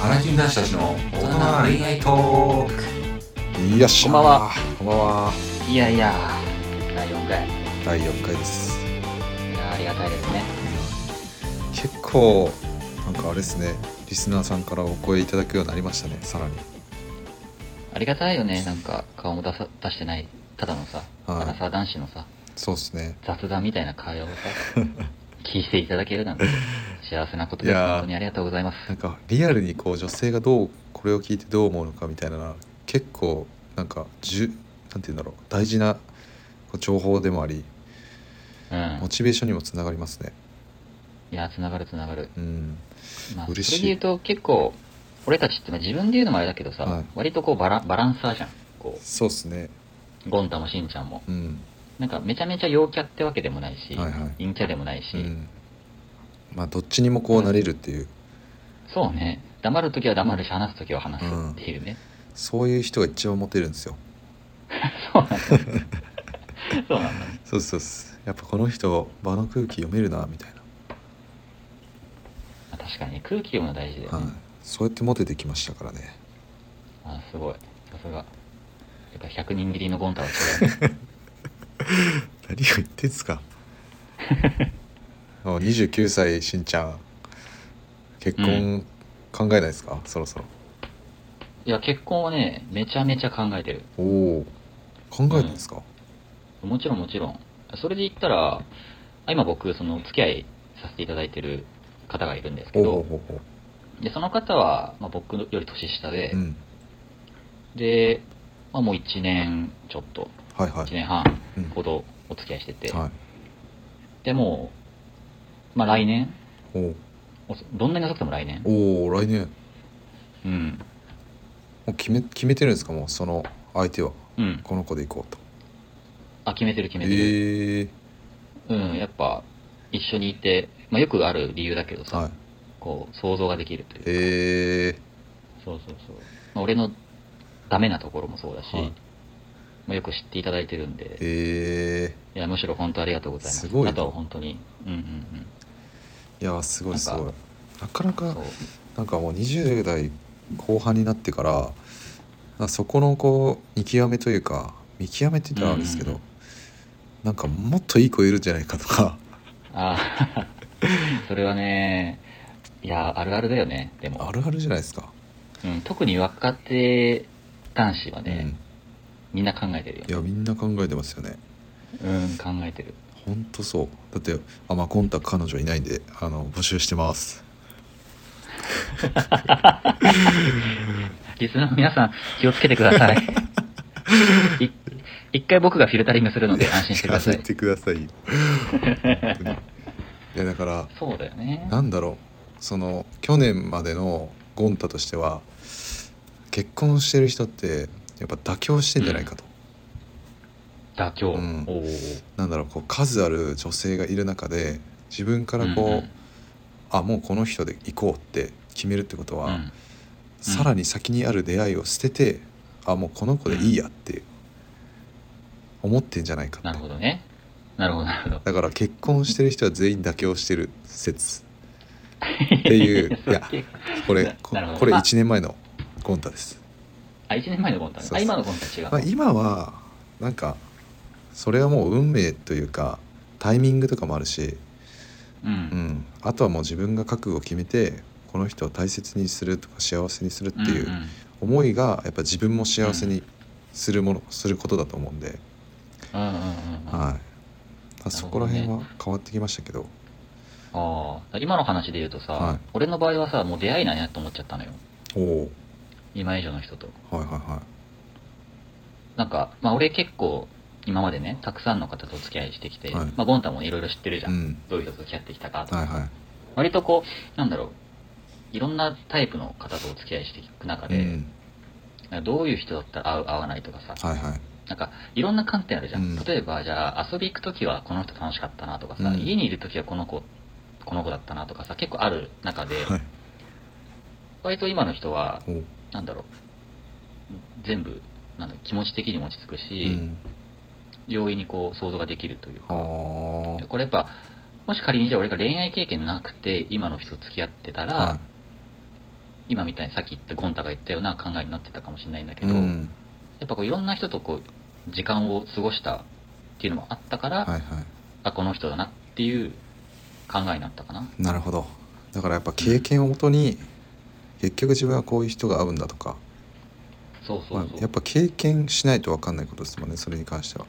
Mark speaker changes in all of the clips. Speaker 1: 原人男子たちの大人の恋愛トーク
Speaker 2: いやっしゃー
Speaker 3: こんばんは。
Speaker 2: こんばんは。
Speaker 3: いやいや、第4回。い
Speaker 2: 第4回です。
Speaker 3: や、ありがたいですね。
Speaker 2: 結構、なんかあれですね、リスナーさんからお声いただくようになりましたね、さらに。
Speaker 3: ありがたいよね、なんか、顔も出さ出してない、ただのさ、
Speaker 2: はい
Speaker 3: アラサー男子のさ、
Speaker 2: そうですね。
Speaker 3: 雑談みたい な会話をさ、聞いていただけるなんて、幸せなことで
Speaker 2: い
Speaker 3: す。
Speaker 2: やー
Speaker 3: 本当にありがとうございます。
Speaker 2: なんか、リアルにこう、女性がどう、これを聞いてどう思うのかみたいなのは、結構、なんか、じゅなんて言うんだろう、大事なこう情報でもあり、
Speaker 3: うん
Speaker 2: モ。チベーションにもつながりますね。
Speaker 3: いや、つながるつながる。
Speaker 2: うん。
Speaker 3: まあ、
Speaker 2: 嬉しい
Speaker 3: それで言うと、結構、俺たちって、まあ、自分で言うのもあれだけどさ、
Speaker 2: はい
Speaker 3: 割とこうバラ、バランサーじゃん。こ
Speaker 2: そうですね。
Speaker 3: う、ゴンタもしんちゃんも。
Speaker 2: うん。
Speaker 3: なんか、めちゃめちゃ陽キャってわけでもないし、
Speaker 2: はいはい
Speaker 3: 陰キャでもないし、
Speaker 2: うん。まあ、どっちにもこう、なれるっていう、
Speaker 3: そうね。黙るときは黙るし、話すときは話すっていうね。
Speaker 2: そういう人が一番モテるんですよ。
Speaker 3: そうなんだ。そうなんだ。
Speaker 2: そうそうそうやっぱこの人場の空気読めるなみたい
Speaker 3: 確かに空気読むの大事だよ
Speaker 2: な、
Speaker 3: ね。
Speaker 2: はい、そうやってモテてきましたからね
Speaker 3: あすごい。さすが。やっぱ100人切りのゴンタは違う ね。
Speaker 2: 何を言ってん すかもう29歳しんちゃん結婚考えないですか、そろそろ
Speaker 3: いや、結婚はね、めちゃめちゃ考えてる。
Speaker 2: おお考えてるんですか、
Speaker 3: もちろんもちろん。それで言ったら、あ今僕、その、付き合いさせていただいてる方がいるんですけ
Speaker 2: おお
Speaker 3: ど、
Speaker 2: おお
Speaker 3: で、その方は、まあ、僕より年下で、
Speaker 2: うん
Speaker 3: で、まあ、もう1年ちょっと、
Speaker 2: はいは
Speaker 3: 1
Speaker 2: い、
Speaker 3: 年半
Speaker 2: うん
Speaker 3: ほどお付き合いしてて、
Speaker 2: はい、
Speaker 3: でもう、まあ、来年、
Speaker 2: おー
Speaker 3: おそどんなに遅くても来年、
Speaker 2: おー来年も
Speaker 3: うん、
Speaker 2: う決め決めてるんですかもうその相手は
Speaker 3: うん、
Speaker 2: この子で行こうと
Speaker 3: あ、決めてる決めてる。
Speaker 2: ええ
Speaker 3: うん、やっぱ、一緒にいて、まあ、よくある理由だけど
Speaker 2: ー、
Speaker 3: さ、
Speaker 2: はい
Speaker 3: こう、想像ができるというか、
Speaker 2: ええ
Speaker 3: そうそうそう。まあ、俺のダメなところもそうだし、
Speaker 2: はい
Speaker 3: まあ、よく知っていただいてるんで、
Speaker 2: ええ
Speaker 3: いや、むしろ本当ありがとうございます。
Speaker 2: すごいな
Speaker 3: あとは本当に、うんうん
Speaker 2: いやーすごいすごい
Speaker 3: なんか
Speaker 2: なかな
Speaker 3: うん。
Speaker 2: か
Speaker 3: そう。
Speaker 2: なんかもう20代後半になってからなんかそこのこう見極めというか見極めって言ったらあれですけど、
Speaker 3: うん
Speaker 2: なんかもっといい子いるんじゃないかとか
Speaker 3: ああ、 それはね、いや、あるあるだよね、でも。
Speaker 2: あるあるじゃないですか、
Speaker 3: うん、特に若手男子は
Speaker 2: うん
Speaker 3: ね、みんな考えてるよ
Speaker 2: い。やみんな考えてますよね
Speaker 3: うん、考えてる。
Speaker 2: ほんとそうだってあまあコンタ彼女いないんであの募集してます
Speaker 3: リスナーの皆さん、気をつけてくだ さい。い一回僕がフィルタリングするので安心してくださ
Speaker 2: や
Speaker 3: い
Speaker 2: め。てくださいよ本当に いやだから
Speaker 3: そうだよね。
Speaker 2: なんだろうその去年までのゴンタとしては結婚してる人ってやっぱ妥協してんじゃないかと、
Speaker 3: 妥協。
Speaker 2: うん
Speaker 3: お
Speaker 2: なんだろうこう数ある女性がいる中で自分からこう、
Speaker 3: うんうん
Speaker 2: あもうこの人で行こうって決めるってこと
Speaker 3: お。
Speaker 2: は、
Speaker 3: うん。
Speaker 2: さらに先にある出会いを捨ててあもうこの子でいいやって思ってんじゃないか
Speaker 3: な
Speaker 2: っ
Speaker 3: る
Speaker 2: て
Speaker 3: ほどね。なるほど、なるほど。
Speaker 2: だから結婚してる人は全員妥協してる説って いういやこれこ
Speaker 3: なるほど
Speaker 2: これ
Speaker 3: まあ
Speaker 2: 1年前のゴンタです。
Speaker 3: あ、1年前のコンタね
Speaker 2: そうそう
Speaker 3: あ、今のコンタ違う。
Speaker 2: まあ、今はなんかそれはもう運命というかタイミングとかもあるし、
Speaker 3: う。
Speaker 2: うんん、あとはもう自分が覚悟を決めてこの人を大切にするとか幸せにするってい
Speaker 3: ん
Speaker 2: うん思いがやっぱ自分も幸せにするもの、することだと思うんで、
Speaker 3: うんうんうんうん。あ
Speaker 2: はいまあ、そこら辺は変わってきましたけど
Speaker 3: あー。今の話で言うとさ、
Speaker 2: はい
Speaker 3: 俺の場合はさ、もう出会いないなと思っちゃったのよ。
Speaker 2: おお
Speaker 3: 今以上の人と。
Speaker 2: ーはいはいは
Speaker 3: なんか、まあ俺結構、今までね、たくさんの方とお付き合いしてきて、
Speaker 2: はい
Speaker 3: まあゴンタもいろいろ知ってるじゃ。
Speaker 2: いうんん
Speaker 3: どういう人と付き合ってきたかとか。
Speaker 2: はいは
Speaker 3: 割とこう、なんだろう、いろんなタイプの方とお付き合いしていく中
Speaker 2: い、
Speaker 3: で、
Speaker 2: うん、
Speaker 3: どういう人だったら合う合わないとかさ、
Speaker 2: はいはい
Speaker 3: なんかいろんな観点あるじゃん。
Speaker 2: うん
Speaker 3: 例えば、じゃあ遊び行くときはこの人楽しかったなとかさ、
Speaker 2: うん
Speaker 3: 家にいるときはこの子、この子だったなとかさ、結構ある中で、
Speaker 2: はい
Speaker 3: 割と今の人は、
Speaker 2: おー
Speaker 3: なんだろう、全部、なんだろう気持ち的にも落ち着く
Speaker 2: う
Speaker 3: し、
Speaker 2: ん
Speaker 3: 容易にこう想像ができるという
Speaker 2: あ
Speaker 3: か、
Speaker 2: ー
Speaker 3: これやっぱ、もし仮にじゃあ俺が恋愛経験なくて今の人と付き合ってたら、
Speaker 2: は
Speaker 3: 今みたいにさっき言ったゴンタが言ったような考えになってたかもしれないんだけ
Speaker 2: う
Speaker 3: ど、
Speaker 2: ん
Speaker 3: やっぱこういろんな人とこう時間を過ごしたっていうのもあったから、
Speaker 2: はいはい
Speaker 3: あこの人だなっていう考えになったかな
Speaker 2: なるほどだからやっぱ経験をもとに結局自分はこういう人が合うんだとか
Speaker 3: そうそうそう、
Speaker 2: まあ、やっぱ経験しないと分かんないことですもんねそれに関しては、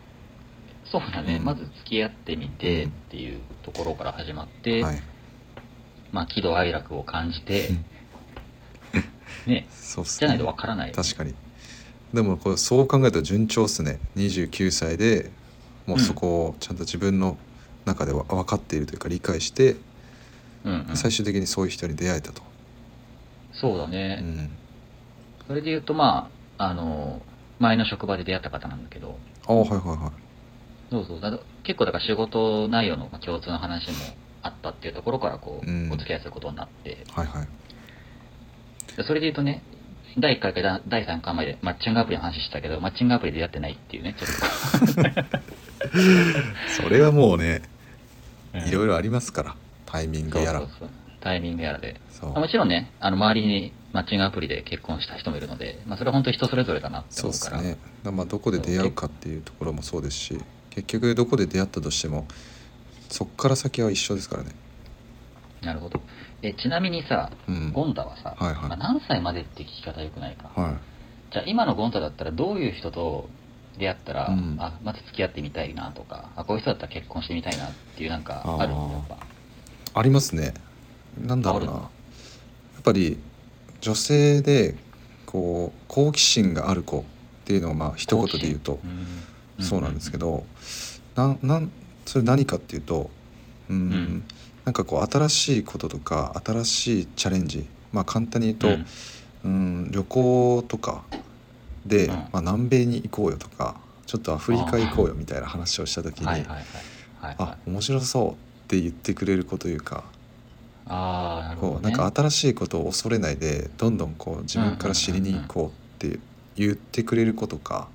Speaker 3: そうだね、
Speaker 2: うん
Speaker 3: まず付き合ってみてっていうところから始まって、
Speaker 2: はい
Speaker 3: まあ喜怒哀楽を感じて、 ね
Speaker 2: そうっす
Speaker 3: じゃ
Speaker 2: ね
Speaker 3: ないとわからない、
Speaker 2: 確かにでもこれそう考えたら順調っすね29歳でもうそこをちゃんと自分の中では分かっているというか理解して、
Speaker 3: うんうん、
Speaker 2: 最終的にそういう人に出会えたと、
Speaker 3: そうだね
Speaker 2: う、ん、
Speaker 3: それで言うとまああの前の職場で出会った方なんだけど
Speaker 2: ああはいはいは
Speaker 3: そうそうだから結構だから仕事内容のまあ共通の話もあったっていうところからこう、
Speaker 2: うん
Speaker 3: お付き合いすることになって
Speaker 2: いはい はい
Speaker 3: でそれで言うとね、第1回から第3回までマッチングアプリの話したけど、マッチングアプリでやってないっていうね、ちょっ
Speaker 2: それはもうね
Speaker 3: と。
Speaker 2: いろいろありますからタイミングやら
Speaker 3: そうそうそうタイミングやらで。
Speaker 2: そう
Speaker 3: まあもちろんね、あの周りにマッチングアプリで結婚した人もいるので、まあ、それは本当人それぞれだなって
Speaker 2: そう
Speaker 3: 思
Speaker 2: で
Speaker 3: うか
Speaker 2: す
Speaker 3: ら。
Speaker 2: ねだからまあどこで出会うかっていうところもそうですし結局どこで出会ったとしてもそっから先は一緒ですからね
Speaker 3: なるほど。えちなみにさ、
Speaker 2: うん
Speaker 3: ゴンタはさ、
Speaker 2: はいはい
Speaker 3: まあ何歳までって聞き方良くないか。
Speaker 2: は
Speaker 3: じゃあ今のゴンタだったらどういう人と出会ったら、
Speaker 2: うん
Speaker 3: あ、まず付き合ってみたいなとか、あ、こういう人だったら結婚してみたいなっていうなんかある
Speaker 2: あー
Speaker 3: やっぱ。
Speaker 2: いありますねなんだろうな
Speaker 3: あ
Speaker 2: や
Speaker 3: る
Speaker 2: っぱり女性でこう好奇心がある子っていうのをまあ一言で言うと
Speaker 3: うん
Speaker 2: そうなんですけど、なんなんそれ何かっていうとうん、
Speaker 3: ん
Speaker 2: なんかこう新しいこととか新しいチャレンジまあ簡単に言うと、
Speaker 3: うん
Speaker 2: うん旅行とかで、
Speaker 3: うん
Speaker 2: まあ、南米に行こうよとかちょっとアフリカ行こうよみたいな話をした時に「あ,、
Speaker 3: はいはいはいはいはい
Speaker 2: 面白そう」って言ってくれる子というか、
Speaker 3: ああなるほ
Speaker 2: こ
Speaker 3: ど、
Speaker 2: うな
Speaker 3: ね、
Speaker 2: んか新しいことを恐れないでどんどんこう自分から知りに行こうって言ってくれる子とか、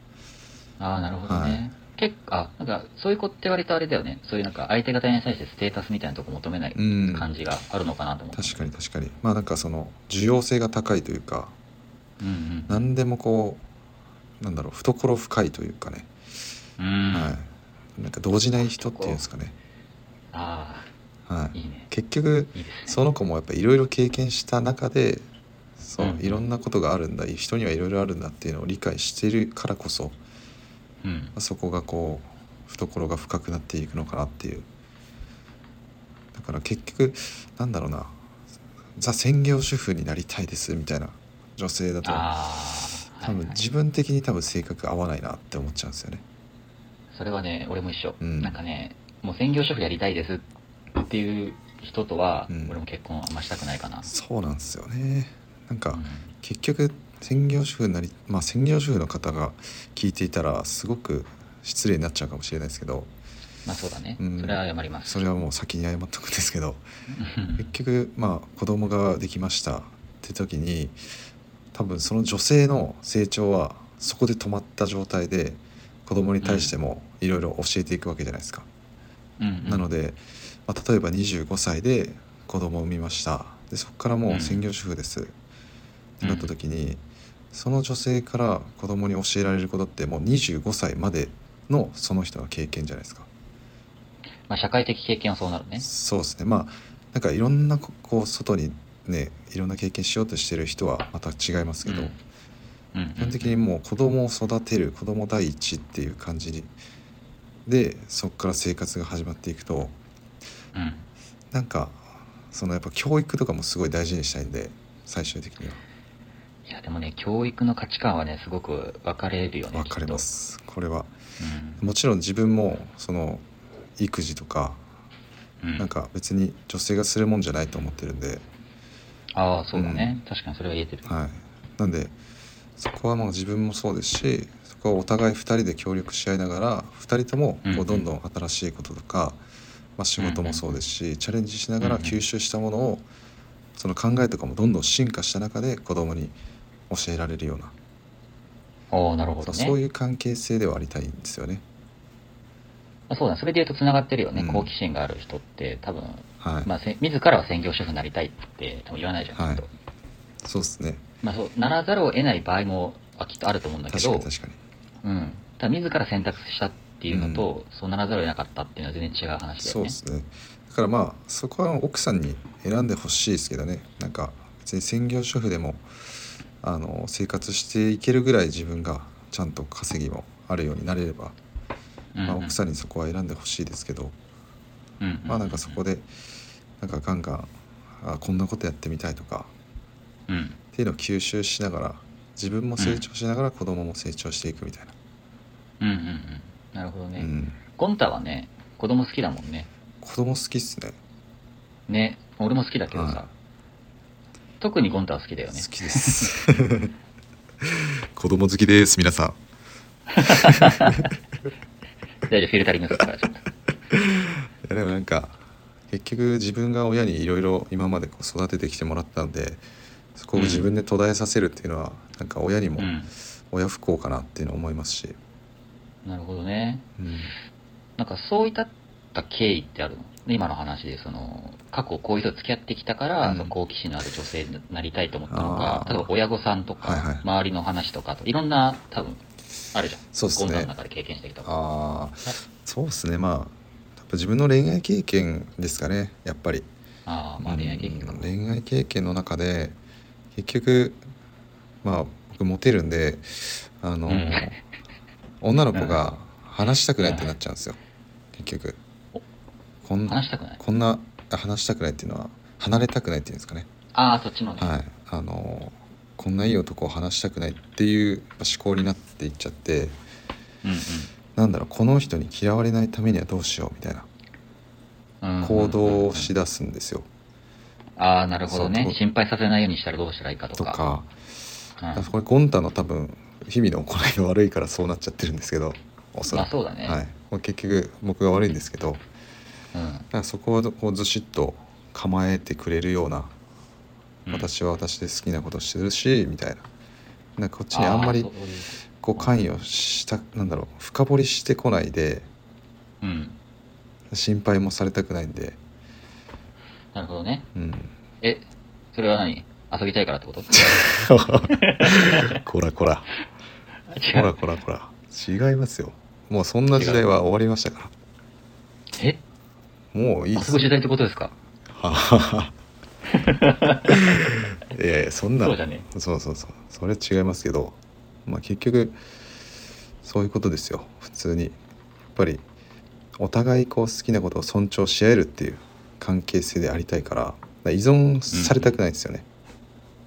Speaker 3: ああなるほどね、
Speaker 2: はい
Speaker 3: 結構あなんかそういう子って割とあれだよねそういうなんか相手方に対してステータスみたいなとこ求めない
Speaker 2: うん、
Speaker 3: 感じがあるのかなと思って、
Speaker 2: 確かに確かにまあなんかその需要性が高いというか
Speaker 3: うんうん
Speaker 2: 何でもこうなんだろう懐深いというかね、
Speaker 3: うん、
Speaker 2: はい、なんか動じない人っていうんですかね、
Speaker 3: あ
Speaker 2: は
Speaker 3: あ
Speaker 2: い、
Speaker 3: いいね
Speaker 2: 結局
Speaker 3: いいですね
Speaker 2: その子もやっぱいろいろ経験した中でそう
Speaker 3: うん
Speaker 2: いろんなことがあるんだ人にはいろいろあるんだっていうのを理解してるからこそ
Speaker 3: うん
Speaker 2: そこがこう懐が深くなっていくのかなっていうだから結局なんだろうなザ専業主婦になりたいですみたいな女性だと
Speaker 3: ああ
Speaker 2: 多分
Speaker 3: はいはい、
Speaker 2: 自分的に多分性格合わないなって思っちゃうんですよね
Speaker 3: それはね俺も一緒、
Speaker 2: うん
Speaker 3: なんかねもう専業主婦やりたいですっていう人とは、
Speaker 2: うん
Speaker 3: 俺も結婚あんましたくないかな、
Speaker 2: そうなんですよねなんか
Speaker 3: うん
Speaker 2: 結局専業主婦になりまあ専業主婦の方が聞いていたらすごく失礼になっちゃうかもしれないですけど
Speaker 3: まあそうだね、
Speaker 2: うん
Speaker 3: それは謝ります
Speaker 2: それはもう先に謝っとくんですけど 結局まあ子供ができましたって時に多分その女性の成長はそこで止まった状態で子供に対してもいろいろ教えていくわけじゃないですか。なの
Speaker 3: で、
Speaker 2: で、まあ、例えば25歳で子供を産みましたでそこからもう専業主婦です、ってなった時にその女性から子供に教えられることってもう25歳までのその人の経験じゃないですか。
Speaker 3: まあ、社会的経験はそうなるね
Speaker 2: そうですねまあなんかいろんなここう外にねいろんな経験しようとしてる人はまた違いますけど、
Speaker 3: うんうんうん
Speaker 2: 基本的にもう子供を育てる子供第一っていう感じにでそこから生活が始まっていくと
Speaker 3: うん
Speaker 2: なんかそのやっぱ教育とかもすごい大事にしたいんで最終的にはい
Speaker 3: やでもね教育の価値観はねすごく分かれるよね
Speaker 2: 分かれますこれは
Speaker 3: きっと
Speaker 2: もちろん自分もその育児とか
Speaker 3: うん、うん、
Speaker 2: なんか別に女性がするもんじゃないと思ってるんで、
Speaker 3: ああそうだね、確かにそれは言えてる、
Speaker 2: はい、なんでそこはもう自分もそうですしそこはお互い2人で協力し合いながら2人とも
Speaker 3: うんう
Speaker 2: こ
Speaker 3: ん
Speaker 2: うどんどん新しいこととか、まあ、仕事もそうですしチャレンジしなが
Speaker 3: う
Speaker 2: ら
Speaker 3: んうん
Speaker 2: 吸収したものをその考えとかもどんどん進化した中で子供に教えられるような
Speaker 3: ああなるほ
Speaker 2: そ
Speaker 3: ど
Speaker 2: う
Speaker 3: ね
Speaker 2: そういう関係性ではありたいんですよね。
Speaker 3: まあそうだそれで言うとつながってるよね、
Speaker 2: うん
Speaker 3: 好奇心がある人って多分、
Speaker 2: はい
Speaker 3: まあ、せ自らは専業主婦になりたいって多分言わないじゃん、
Speaker 2: はい
Speaker 3: きっと
Speaker 2: そうですね
Speaker 3: まあそう、ならざるを得ない場合もあきっとあると思うんだけ
Speaker 2: 確か
Speaker 3: ど
Speaker 2: に、確かに
Speaker 3: うん。ただ自ら選択したっていうのと、そうならざるを得なかったっていうのは全然違う話だよね。
Speaker 2: そうですねだからまあそこは奥さんに選んでほしいですけどねなんか別に専業主婦でもあの生活していけるぐらい自分がちゃんと稼ぎもあるようになれれば、
Speaker 3: うんうん。
Speaker 2: まあ、奥さんにそこは選んでほしいですけど、
Speaker 3: うんうんうん
Speaker 2: まあなんかそこでなんかガンガンあこんなことやってみたいとか
Speaker 3: うん。
Speaker 2: っていうのを吸収しながら自分も成長しながら子供も成長していくみたいな、
Speaker 3: うんうんうん。なるほど
Speaker 2: う
Speaker 3: ね。
Speaker 2: ん、
Speaker 3: ゴンタはね、子供好きだもんね。
Speaker 2: 子供好きっすね
Speaker 3: ね。俺も好きだけどさ。
Speaker 2: は
Speaker 3: 特にゴンタは好きだよね。
Speaker 2: 好きです 子供好きです皆さん
Speaker 3: 大丈夫、フィルタリングするから、ちょっと。
Speaker 2: いやでもなんか結局自分が親にいろいろ今までこう育ててきてもらったんでそこを自分で途絶えさせるっていうのは、なんか親に も
Speaker 3: うん。
Speaker 2: 親不幸かなっていうのを思いますし、
Speaker 3: なるほどね。
Speaker 2: うん
Speaker 3: なんかそういった経緯ってあるの今の話で、その、過去こういう人と付き合ってきたから、
Speaker 2: うん
Speaker 3: その好奇心のある女性になりたいと思ったの
Speaker 2: あ
Speaker 3: か、
Speaker 2: ー
Speaker 3: 例えば親御さんと
Speaker 2: はいはい
Speaker 3: か、周りの話とかと、いろんな、多分、あるじゃん。
Speaker 2: そうっすね
Speaker 3: ゴンタの中で経験してきたこと。
Speaker 2: ああそうですねまあやっぱ自分の恋愛経験ですかねやっぱり、
Speaker 3: ああ、まあ恋愛経験
Speaker 2: う
Speaker 3: かも
Speaker 2: ん。恋愛経験の中で結局まあ僕モテるんであの、
Speaker 3: うん
Speaker 2: 女の子が話したくないってなっちゃうんですよ結局
Speaker 3: お
Speaker 2: こん
Speaker 3: 話したくない
Speaker 2: こんなあ話したくないっていうのは離れたくないっていうんですかね、
Speaker 3: ああ、そっちのね。
Speaker 2: はいあのこんないい男を話したくないっていうやっぱ思考になっていっちゃって
Speaker 3: うん
Speaker 2: なんだろうこの人に嫌われないためにはどうしようみたいな
Speaker 3: うんうん
Speaker 2: 行動をしだすんですよ、
Speaker 3: ああ、なるほど
Speaker 2: そ
Speaker 3: ね
Speaker 2: う。
Speaker 3: 心配させないようにしたらどうしたらいいかと
Speaker 2: と
Speaker 3: か。
Speaker 2: か
Speaker 3: う
Speaker 2: だ
Speaker 3: ん
Speaker 2: からこれゴンタの多分日々の行いが悪いからそうなっちゃってるんですけどおそ
Speaker 3: ま
Speaker 2: ら
Speaker 3: あ
Speaker 2: く、
Speaker 3: そうだね。
Speaker 2: はい、これ結局僕が悪いんですけど
Speaker 3: うん
Speaker 2: だからそこをこうずしっと構えてくれるような、
Speaker 3: うん。
Speaker 2: 私は私で好きなことしてるしみたいななんかこっちにあんま
Speaker 3: ー
Speaker 2: り
Speaker 3: そういう
Speaker 2: こう関与したなんだろう深掘りしてこないで
Speaker 3: うん。
Speaker 2: 心配もされたくないんで、
Speaker 3: なるほどね。
Speaker 2: うん、
Speaker 3: え、それは何遊びたいからっ てこと
Speaker 2: こらこらこ
Speaker 3: 違
Speaker 2: ら
Speaker 3: う。
Speaker 2: こらこら違いますよもうそんな時代は終わりましたか
Speaker 3: え、
Speaker 2: らもういいっ
Speaker 3: 遊
Speaker 2: す
Speaker 3: ぶ時代ってことですか
Speaker 2: ははは いやいやそんな
Speaker 3: そうじゃね
Speaker 2: そうそうそうそれ違いますけどまあ結局そういうことですよ普通にやっぱりお互いこう好きなことを尊重し合えるっていう関係性でありたいからだから依存されたくないですよね、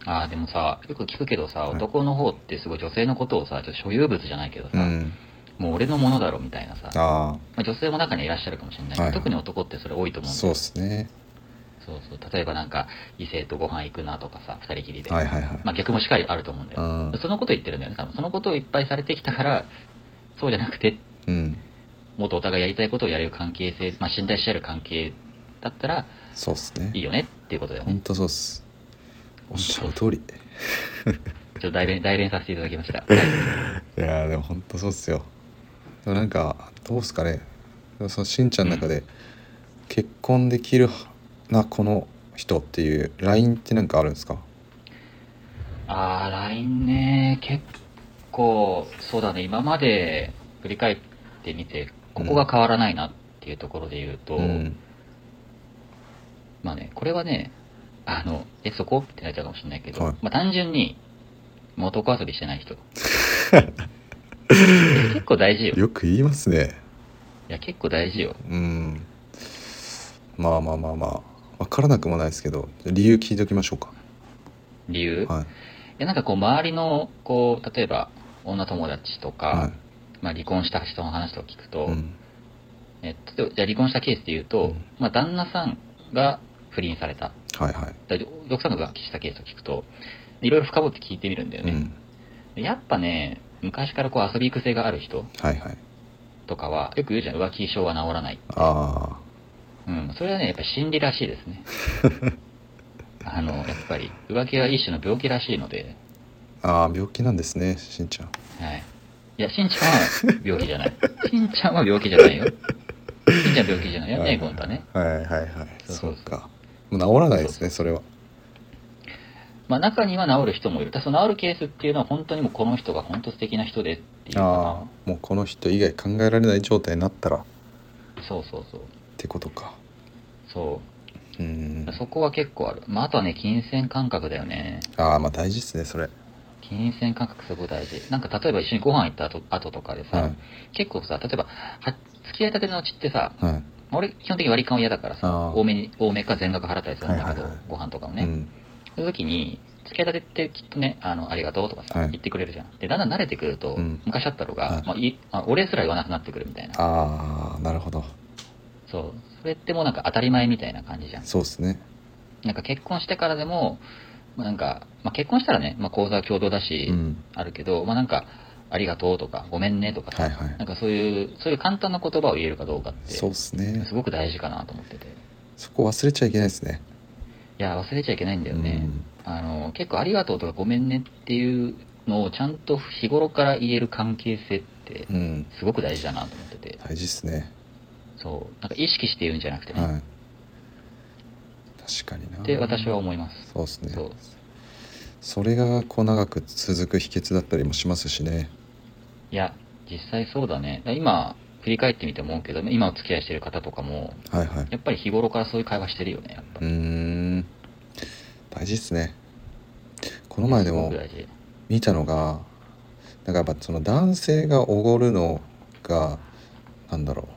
Speaker 3: ああ、でもさ、よく聞くけどさ、
Speaker 2: い
Speaker 3: 男の方ってすごい女性のことをさ、ちょっと所有物じゃないけどさ、
Speaker 2: うん
Speaker 3: もう俺のものだろみたいなさ、ま
Speaker 2: あ
Speaker 3: あ、女性も中にはいらっしゃるかもしれないけど、
Speaker 2: はいはい
Speaker 3: 特に男ってそれ多いと
Speaker 2: あ
Speaker 3: 思うんだ
Speaker 2: そう
Speaker 3: よ
Speaker 2: ですね
Speaker 3: そうそう例えばなんか、異性とご飯行くなとかさ、二人きりで。
Speaker 2: はいはいはい、
Speaker 3: まあ逆もしっかりあると思うんだよ。
Speaker 2: うん
Speaker 3: そのことを言ってるんだよね、多分。そのことをいっぱいされてきたから、そうじゃなくて、
Speaker 2: うん
Speaker 3: もっとお互いやりたいことをやれる関係性、まあ信頼し合える関係だったら
Speaker 2: そうですね
Speaker 3: いいよねっていうことだよ
Speaker 2: ほん
Speaker 3: ね。
Speaker 2: とそうっすおっしゃる通り
Speaker 3: ちょっと代弁、代弁させていただきました。
Speaker 2: いやーでもほんとそうっすよでもなんかどうっすかねでもそのしんちゃんの中で、結婚できるなこの人っていうラインってなんかあるんですか
Speaker 3: あー、LINE ね、結構、そうだね、今まで振り返ってみて、ここが変わらないなっていうところで言うと、
Speaker 2: うん
Speaker 3: まあね、これはね、あの、え、そこってなっちゃうかもしれないけど、
Speaker 2: はい
Speaker 3: まあ単純に、もう男遊びしてな い人。結構大事よ。
Speaker 2: よく言いますね
Speaker 3: いや、結構大事よ。
Speaker 2: うんまあまあまあまあ分からなくもないですけど理由聞いておきましょうか
Speaker 3: 理由。
Speaker 2: はい
Speaker 3: いや、なんかこう、周りの、こう、例えば、女友達とか、
Speaker 2: は
Speaker 3: まあ離婚した人の話とか聞くと、
Speaker 2: い、うん、
Speaker 3: えっと、じゃあ離婚したケースで言う
Speaker 2: う
Speaker 3: と、
Speaker 2: ん
Speaker 3: まあ旦那さんが不倫された。
Speaker 2: はいはい
Speaker 3: だ奥さんが浮気したケースを聞くと、いろいろ深掘って聞いてみるんだよ
Speaker 2: う
Speaker 3: ね。
Speaker 2: ん
Speaker 3: でやっぱね、昔からこう遊び癖がある人
Speaker 2: はいはい
Speaker 3: とかは、よく言うじゃん、浮気症は治らない。
Speaker 2: あ
Speaker 3: うん、それはね、やっぱり心理らしいです ね。あの、やっぱり、浮気は一種の病気らしいので、
Speaker 2: ーあー病気なんですねしんちゃん
Speaker 3: はい。いや、しんちゃんは病気じ ゃない。しんちゃんは病気じゃないよ。しんちゃん病気じゃないよ
Speaker 2: は
Speaker 3: ね、
Speaker 2: い
Speaker 3: ゴンタね。
Speaker 2: はいはいはい
Speaker 3: そうそうそう
Speaker 2: そうかもう治らないですねそれは
Speaker 3: まあ、中には治る人もいる。だからその治るケースっていうのは本当にもうこの人が本当素敵な人でっていう
Speaker 2: あ
Speaker 3: か
Speaker 2: あもうこの人以外考えられない状態になったらっ
Speaker 3: な。そうそうそう。
Speaker 2: てことか
Speaker 3: そうう。
Speaker 2: ん
Speaker 3: そこは結構ある。まあ、あとはね、金銭感覚だよね。
Speaker 2: ああまあ大事ですねそれ
Speaker 3: 金銭感覚すごい大事。なんか例えば一緒にご飯行った後後とかでさ、
Speaker 2: はい
Speaker 3: 結構さ、例えば、は付き合いたてのうちってさ、
Speaker 2: はい
Speaker 3: まあ俺基本的に割り勘は嫌だから
Speaker 2: あ
Speaker 3: さ、
Speaker 2: ー
Speaker 3: 多めに、多めか全額払ったりするんだけど、
Speaker 2: はいはいはい
Speaker 3: ご飯とかも
Speaker 2: う
Speaker 3: ね。
Speaker 2: ん
Speaker 3: その時に、付き合いたてってきっとね、あの、ありがとうとかさ、
Speaker 2: はい
Speaker 3: 言ってくれるじゃん。で、だんだん慣れてくると、
Speaker 2: うん
Speaker 3: 昔あったのが、
Speaker 2: はい
Speaker 3: まあいいまあ、お礼すら言わなくなってくるみたいな。
Speaker 2: ああなるほど
Speaker 3: そう。それってもうなんか当たり前みたいな感じじゃん。
Speaker 2: そうですね
Speaker 3: なんか結婚してからでも、まあ、なんか、まあ、結婚したらね、まあ、口座は共同だし、
Speaker 2: うん
Speaker 3: あるけど、まあ、なんか、ありがとうとか、ごめんねとかさ、
Speaker 2: はいはい
Speaker 3: なんかそういう、そういう簡単な言葉を言えるかどうかって、
Speaker 2: そうですね
Speaker 3: すごく大事かなと思ってて。い
Speaker 2: そこ忘れちゃいけないですね
Speaker 3: や、忘れちゃいけないんだよね。
Speaker 2: うん
Speaker 3: あの結構ありがとうとかごめんねっていうのをちゃんと日頃から言える関係性って
Speaker 2: うん
Speaker 3: すごく大事だなと思ってて
Speaker 2: 大事ですね
Speaker 3: そうなんか意識して言うんじゃなくてね、
Speaker 2: はい確かにな
Speaker 3: って私は思います
Speaker 2: そうですね
Speaker 3: そう
Speaker 2: それがこう長く続く秘訣だったりもしますしね
Speaker 3: いや実際そうだねだから今振り返ってみて思うけど今お付き合いしてる方とかも
Speaker 2: はいはい
Speaker 3: やっぱり日頃からそういう会話してるよねやっぱ
Speaker 2: うーん大事ですねこの前ですも
Speaker 3: ごく大事
Speaker 2: 見たのがなんかやっぱその男性がおごるのがなんだろう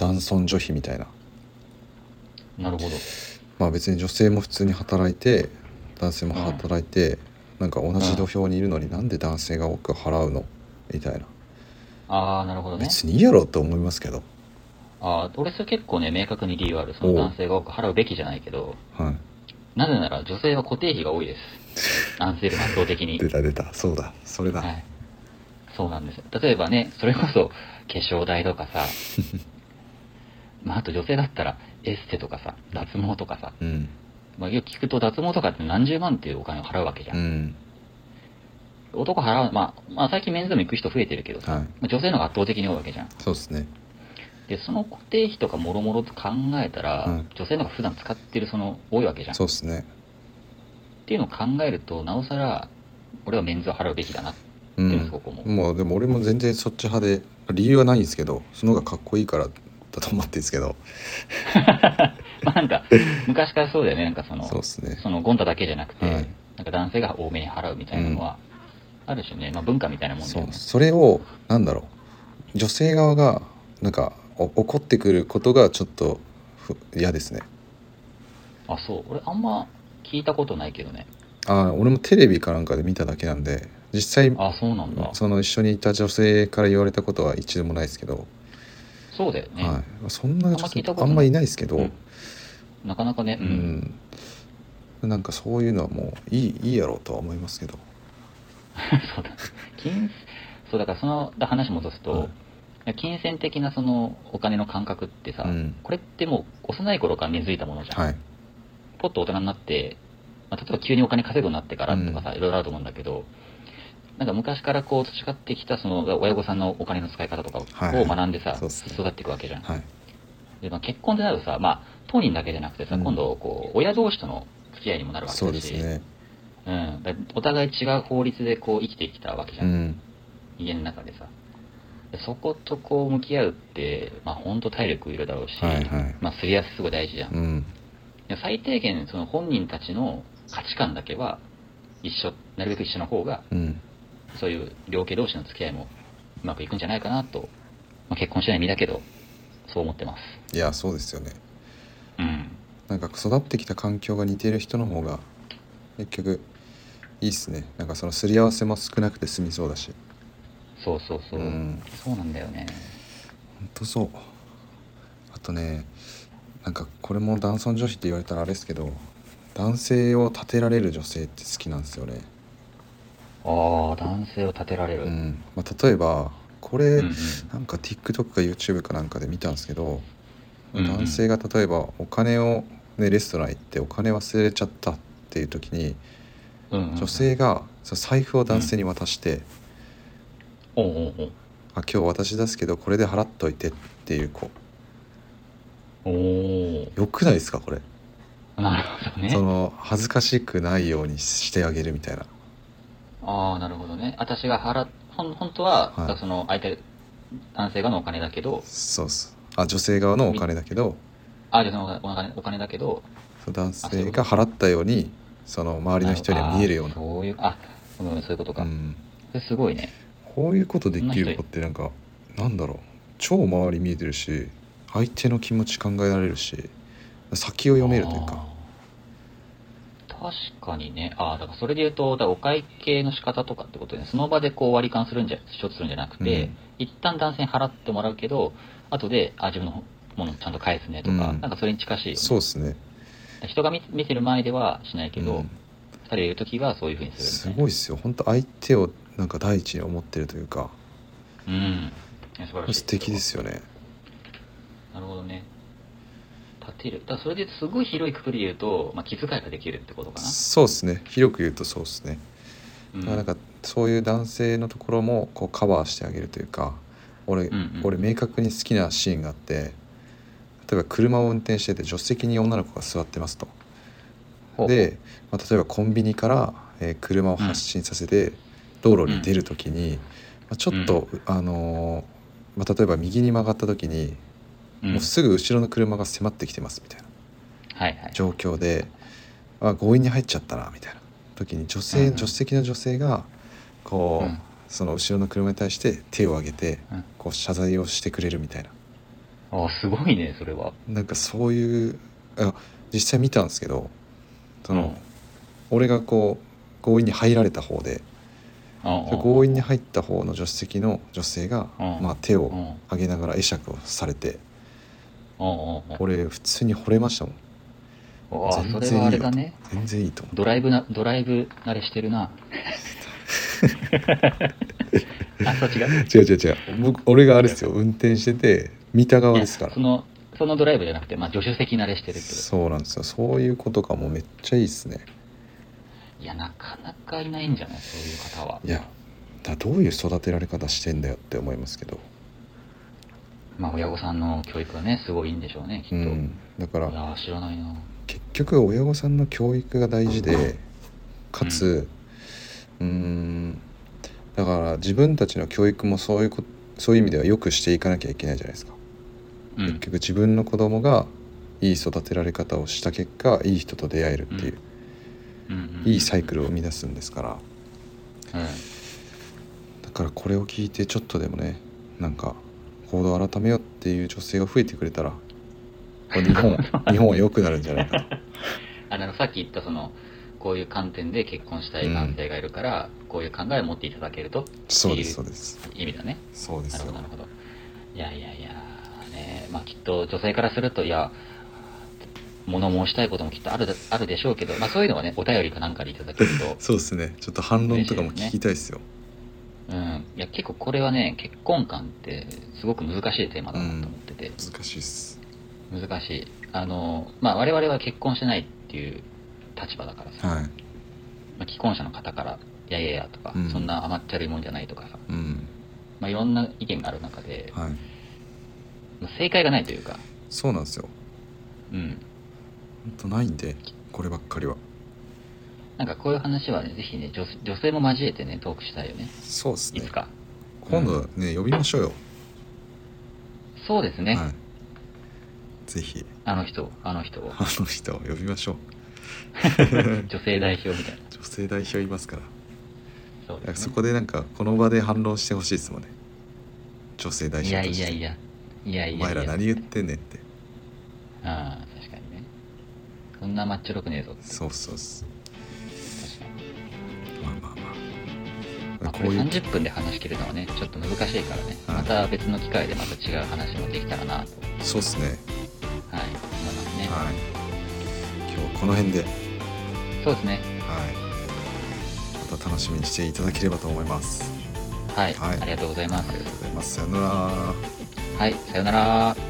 Speaker 2: 男尊女卑みたいな
Speaker 3: なるほど
Speaker 2: まあ別に女性も普通に働いて男性も働いて、なんか同じ土俵にいるのになんで男性が多く払うのみたいな
Speaker 3: ああなるほどね
Speaker 2: 別にいいやろと思いますけど、
Speaker 3: ああ俺それ結構ね明確に理由あるそ
Speaker 2: お
Speaker 3: の
Speaker 2: う
Speaker 3: 男性が多く払うべきじゃないけど
Speaker 2: は
Speaker 3: なぜなら女性は固定費が多いです男性よりも圧倒的
Speaker 2: い、
Speaker 3: に
Speaker 2: 出た出たそうだそれだ、
Speaker 3: はい、そうなんですよ例えばねそれこそ化粧代とか さまあ、あと女性だったらエステとかさ脱毛とかさ、
Speaker 2: うん
Speaker 3: まあ、よく聞くと脱毛とかって何十万っていうお金を払うわけじゃ、
Speaker 2: うんん
Speaker 3: 男払う、まあ、まあ最近メンズでも行く人増えてるけどさ、
Speaker 2: はい
Speaker 3: まあ女性の方が圧倒的に多いわけじゃん
Speaker 2: そうですね
Speaker 3: でその固定費とかもろもろと考えたら、
Speaker 2: うん
Speaker 3: 女性の方が普段使ってるその多いわけじゃんっ
Speaker 2: そうですね
Speaker 3: ていうのを考えるとなおさら俺はメンズを払うべきだなって
Speaker 2: う
Speaker 3: いうのをす
Speaker 2: ん
Speaker 3: ごく思う、
Speaker 2: もうでも俺も全然そっち派で理由はないんですけどその方がかっこいいからだと思ってるんですけど
Speaker 3: まあ なんか昔からそうだよねなんかその
Speaker 2: そうですね
Speaker 3: そのゴンダだけじゃなくて、
Speaker 2: はい
Speaker 3: なんか男性が多めに払うみたいなのは、ある種ね、まあ、文化みたいなもんだ
Speaker 2: そ
Speaker 3: よ
Speaker 2: う
Speaker 3: ね。
Speaker 2: それをなんだろう女性側がなんかお怒ってくることがちょっとふ嫌ですね
Speaker 3: あ、そう。俺あんま聞いたことないけどね。
Speaker 2: ああ俺もテレビかなんかで見ただけなんで実際
Speaker 3: あ、そうなんだ。そ
Speaker 2: その一緒にいた女性から言われたことは一度もないですけど、
Speaker 3: うだよね、
Speaker 2: はい、そんな女
Speaker 3: 聞い
Speaker 2: 性
Speaker 3: た
Speaker 2: あ
Speaker 3: ことない
Speaker 2: んまいないですけど、
Speaker 3: うんなかなかね、う。
Speaker 2: うんんなんかそういうのはもういいいいやろうとは思いますけど、
Speaker 3: そうだ。金、そうだからそのだ話戻すと、
Speaker 2: はい
Speaker 3: 金銭的なそのお金の感覚ってさ、
Speaker 2: うん
Speaker 3: これってもう幼い頃から根付いたものじゃん。
Speaker 2: はい、
Speaker 3: ポッと大人になって、まあ、例えば急にお金稼ぐようになってからとかさ、いろいろあると思うんだけど、なんか昔からこう培ってきたその親御さんのお金の使い方とかを
Speaker 2: はいはい
Speaker 3: を学んでさ、
Speaker 2: そうっすね
Speaker 3: 育っていくわけじゃん。
Speaker 2: はい、
Speaker 3: でまあ、結婚ってなるとさ、まあ、当人だけじゃなくてさ、
Speaker 2: うん
Speaker 3: 今度こう、親同士との付き合いにもなるわけだし、
Speaker 2: そうですね
Speaker 3: うん、だからお互い違う法律でこう生きてきたわけじゃ、
Speaker 2: うんん
Speaker 3: 家の中でさ。でそことこう向き合うって、まあ、ほんと体力いるだろうし、
Speaker 2: はいはい
Speaker 3: まあ、すり合わせすごい大事じゃん
Speaker 2: う。ん
Speaker 3: いや最低限その本人たちの価値観だけは一緒なるべく一緒の方が
Speaker 2: うん
Speaker 3: そういう両家同士の付き合いもうまくいくんじゃないかなと、まあ、結婚してない身だけどそう思ってます
Speaker 2: いやそうですよね
Speaker 3: うん
Speaker 2: なんか育ってきた環境が似ている人の方が結局いいっすねなんかそのすり合わせも少なくて済みそうだし
Speaker 3: そうそうそう、
Speaker 2: うん
Speaker 3: そうなんだよね
Speaker 2: ほんとそうあとねなんかこれも男尊女卑って言われたらあれですけど男性を立てられる女性って好きなんですよね、
Speaker 3: ああ男性を立てられる、
Speaker 2: う
Speaker 3: うん
Speaker 2: んまあ、例えばこれ、
Speaker 3: うん
Speaker 2: なんか TikTok か YouTube かなんかで見たんですけど、
Speaker 3: うんうん
Speaker 2: 男性が例えばお金を、ね、レストラン行ってお金忘れちゃったっていう時に
Speaker 3: うんうん
Speaker 2: 女性がその財布を男性に渡して、
Speaker 3: おうおうおう
Speaker 2: あ今日私出すけどこれで払っといてっていう子
Speaker 3: おー
Speaker 2: よくないですかこれ
Speaker 3: なるほどね
Speaker 2: そ。の恥ずかしくないようにしてあげるみたいな
Speaker 3: ああ、なるほどね。私が払っ、ほん、本当は、
Speaker 2: はい
Speaker 3: その、相手、男性側のお金だけど、
Speaker 2: そうっすあ女性側のお金だけど
Speaker 3: あ、じゃあ、お金、お金だけど、
Speaker 2: そう男性が払ったようにその周りの人には見えるよう
Speaker 3: あ
Speaker 2: な
Speaker 3: ー、そういう、あ、うん、そういうことか。
Speaker 2: うん、
Speaker 3: それすごいね。
Speaker 2: こういうことできる子ってなんかなんだろう超周り見えてるし相手の気持ち考えられるし先を読めるというか
Speaker 3: あー。確かにね。ああ、だからそれで言うと、だからお会計の仕方とかってことで、ね、その場でこう割り勘するんじゃ、処置するんじゃなくて、
Speaker 2: うん
Speaker 3: 一旦男性に払ってもらうけど、後で、あ、自分のものちゃんと返すねとか、
Speaker 2: うん
Speaker 3: なんかそれに近しいよね、
Speaker 2: そうですね、
Speaker 3: 人が見見てる前ではしないけ
Speaker 2: う
Speaker 3: ど、
Speaker 2: ん
Speaker 3: 二人がいるときはそういうふうにす
Speaker 2: す
Speaker 3: る、ね。
Speaker 2: ごいっすよ本当相手をなんか第一に思ってるというか
Speaker 3: うん。いや素晴らしい。
Speaker 2: 素敵で。すよね
Speaker 3: なるほどね。立てる。だからそれですごい広いくくりで言うと、まあ、気遣いができるってことかな。
Speaker 2: そうですね広く言うとそうですね、
Speaker 3: うん、
Speaker 2: なんかそういう男性のところもこうカバーしてあげるというか俺、
Speaker 3: うんうん
Speaker 2: 俺明確に好きなシーンがあって例えば車を運転してて助手席に女の子が座ってますと
Speaker 3: ほう
Speaker 2: で、まあ、例えばコンビニから、えー車を発進させて道路に出る時に、まあ、ちょっと、あのーまあ、例えば右に曲がった時に、
Speaker 3: うん、
Speaker 2: も
Speaker 3: は
Speaker 2: うすぐ後ろの車が迫ってきてますみたいない
Speaker 3: はい。
Speaker 2: 状況で、あ、強引に入っちゃったなみたいな時に女性、
Speaker 3: うんうん
Speaker 2: 助手席の女性がこう、
Speaker 3: うん
Speaker 2: その後ろの車に対して手を挙げて、
Speaker 3: うん
Speaker 2: こう謝罪をしてくれるみたいな
Speaker 3: ああ、すごいね、それは。
Speaker 2: なんかそういうあ実際見たんですけどその、
Speaker 3: うん
Speaker 2: 俺がこう強引に入られた方で
Speaker 3: ああ
Speaker 2: 強引に入った方の助手席の女性が、
Speaker 3: うん
Speaker 2: まあ、手
Speaker 3: う
Speaker 2: を
Speaker 3: ん
Speaker 2: 上げながら会釈をされて
Speaker 3: うんうんうん
Speaker 2: 俺普通に惚れましたもん
Speaker 3: ああ、そ
Speaker 2: 全
Speaker 3: れ
Speaker 2: 然
Speaker 3: はあ
Speaker 2: いい
Speaker 3: れ
Speaker 2: よ
Speaker 3: だ
Speaker 2: と
Speaker 3: ね。
Speaker 2: 全然いいと思う
Speaker 3: ドライブな、ドライブ慣れして るな。あ、そう違う。
Speaker 2: 違う違う違う僕俺があれですよ運転してて見た側ですか
Speaker 3: いや
Speaker 2: ら
Speaker 3: その、そのドライブじゃなくて、まあ、助手席慣れしてるってこ
Speaker 2: そうなんですよそういうことがもうめっちゃいいですね
Speaker 3: と。いや、なかなかいないんじゃないそういう方は。
Speaker 2: いやだどういう育てられ方してんだよって思いますけど
Speaker 3: まあ、親御さんの教育はね、すごいいいんでしょうね、きっ
Speaker 2: う
Speaker 3: と。
Speaker 2: んだか
Speaker 3: い
Speaker 2: ら
Speaker 3: やー、知らないな。
Speaker 2: 結局親御さんの教育が大事でかつうーんだから自分たちの教育もそういうこそういう意味ではよくしていかなきゃいけないじゃないですか
Speaker 3: う
Speaker 2: 結
Speaker 3: ん。
Speaker 2: 局自分の子供がいい育てられ方をした結果いい人と出会えるっていう、
Speaker 3: うん
Speaker 2: いいサイクルを生み出すんですから
Speaker 3: うん。
Speaker 2: だからこれを聞いてちょっとでもねなんか行動を改めようっていう女性が増えてくれたらこれ日 本日本は良くなるんじゃないかと
Speaker 3: あの、さっき言った、その、こういう観点で結婚したい男性がいるから、こういう考えを持っていただけると、
Speaker 2: そうですそうです
Speaker 3: 意味だね。
Speaker 2: そうで
Speaker 3: な
Speaker 2: す
Speaker 3: るほ
Speaker 2: よ
Speaker 3: ど、なるほど。いやいやいや、ねまあきっと女性からすると、いや、物申したいこともきっとあるだあるでしょうけど、まあそういうのはね、お便りかなんかでいただける
Speaker 2: 、
Speaker 3: と
Speaker 2: そうですねちょっと反論とかも聞きたいですよ
Speaker 3: うん。いや、結構これはね、結婚観ってすごく難しいテーマだなと思ってて、
Speaker 2: 難しいっす
Speaker 3: 難しい。あの、まあ我々は結婚してないっていう立場だからさ、
Speaker 2: はい
Speaker 3: まあ既婚者の方から、いやいやいやとか、
Speaker 2: うん
Speaker 3: そんな甘っちゃるいもんじゃないとかさ、
Speaker 2: うん
Speaker 3: まあいろんな意見がある中で、
Speaker 2: はい
Speaker 3: まあ正解がないというか、
Speaker 2: そうなんですよ
Speaker 3: うん。
Speaker 2: ほんとないんでこればっかりは
Speaker 3: なんかこういう話はね、ぜひね、女女性も交えてね、トークしたいよね。
Speaker 2: そうです
Speaker 3: い
Speaker 2: ね
Speaker 3: つか。
Speaker 2: 今度ね呼びましょうよ
Speaker 3: そうですね。
Speaker 2: はいぜひ
Speaker 3: あの人を、あの人を。
Speaker 2: あの人を呼びましょう
Speaker 3: 女性代表みたいな。
Speaker 2: 女性代表いますから
Speaker 3: そう
Speaker 2: いや
Speaker 3: です、
Speaker 2: そ
Speaker 3: ね。
Speaker 2: こでなんかこの場で反論してほしいですもんね女性代
Speaker 3: い
Speaker 2: 表
Speaker 3: や
Speaker 2: と
Speaker 3: い
Speaker 2: して
Speaker 3: やいや。いやいやいや。
Speaker 2: お前ら何言ってんねんって
Speaker 3: ああ、確かにね。そんなマッチョろくねえぞ。
Speaker 2: そうそうそう
Speaker 3: 確かに。
Speaker 2: まあまあま
Speaker 3: ま
Speaker 2: あ
Speaker 3: あ、これ
Speaker 2: こういう
Speaker 3: 30分で話し切るのはね、ちょっと難しいからね。
Speaker 2: はい
Speaker 3: また別の機会でまた違う話もできたらなと。
Speaker 2: そうっすね
Speaker 3: はい。思いますね。
Speaker 2: はい今日はこの辺ではい
Speaker 3: そうですね。
Speaker 2: また楽しみにしていただければと思います
Speaker 3: はい。
Speaker 2: はい
Speaker 3: ありがとうございます
Speaker 2: あり。がとうございますさよなら
Speaker 3: はい。さよなら。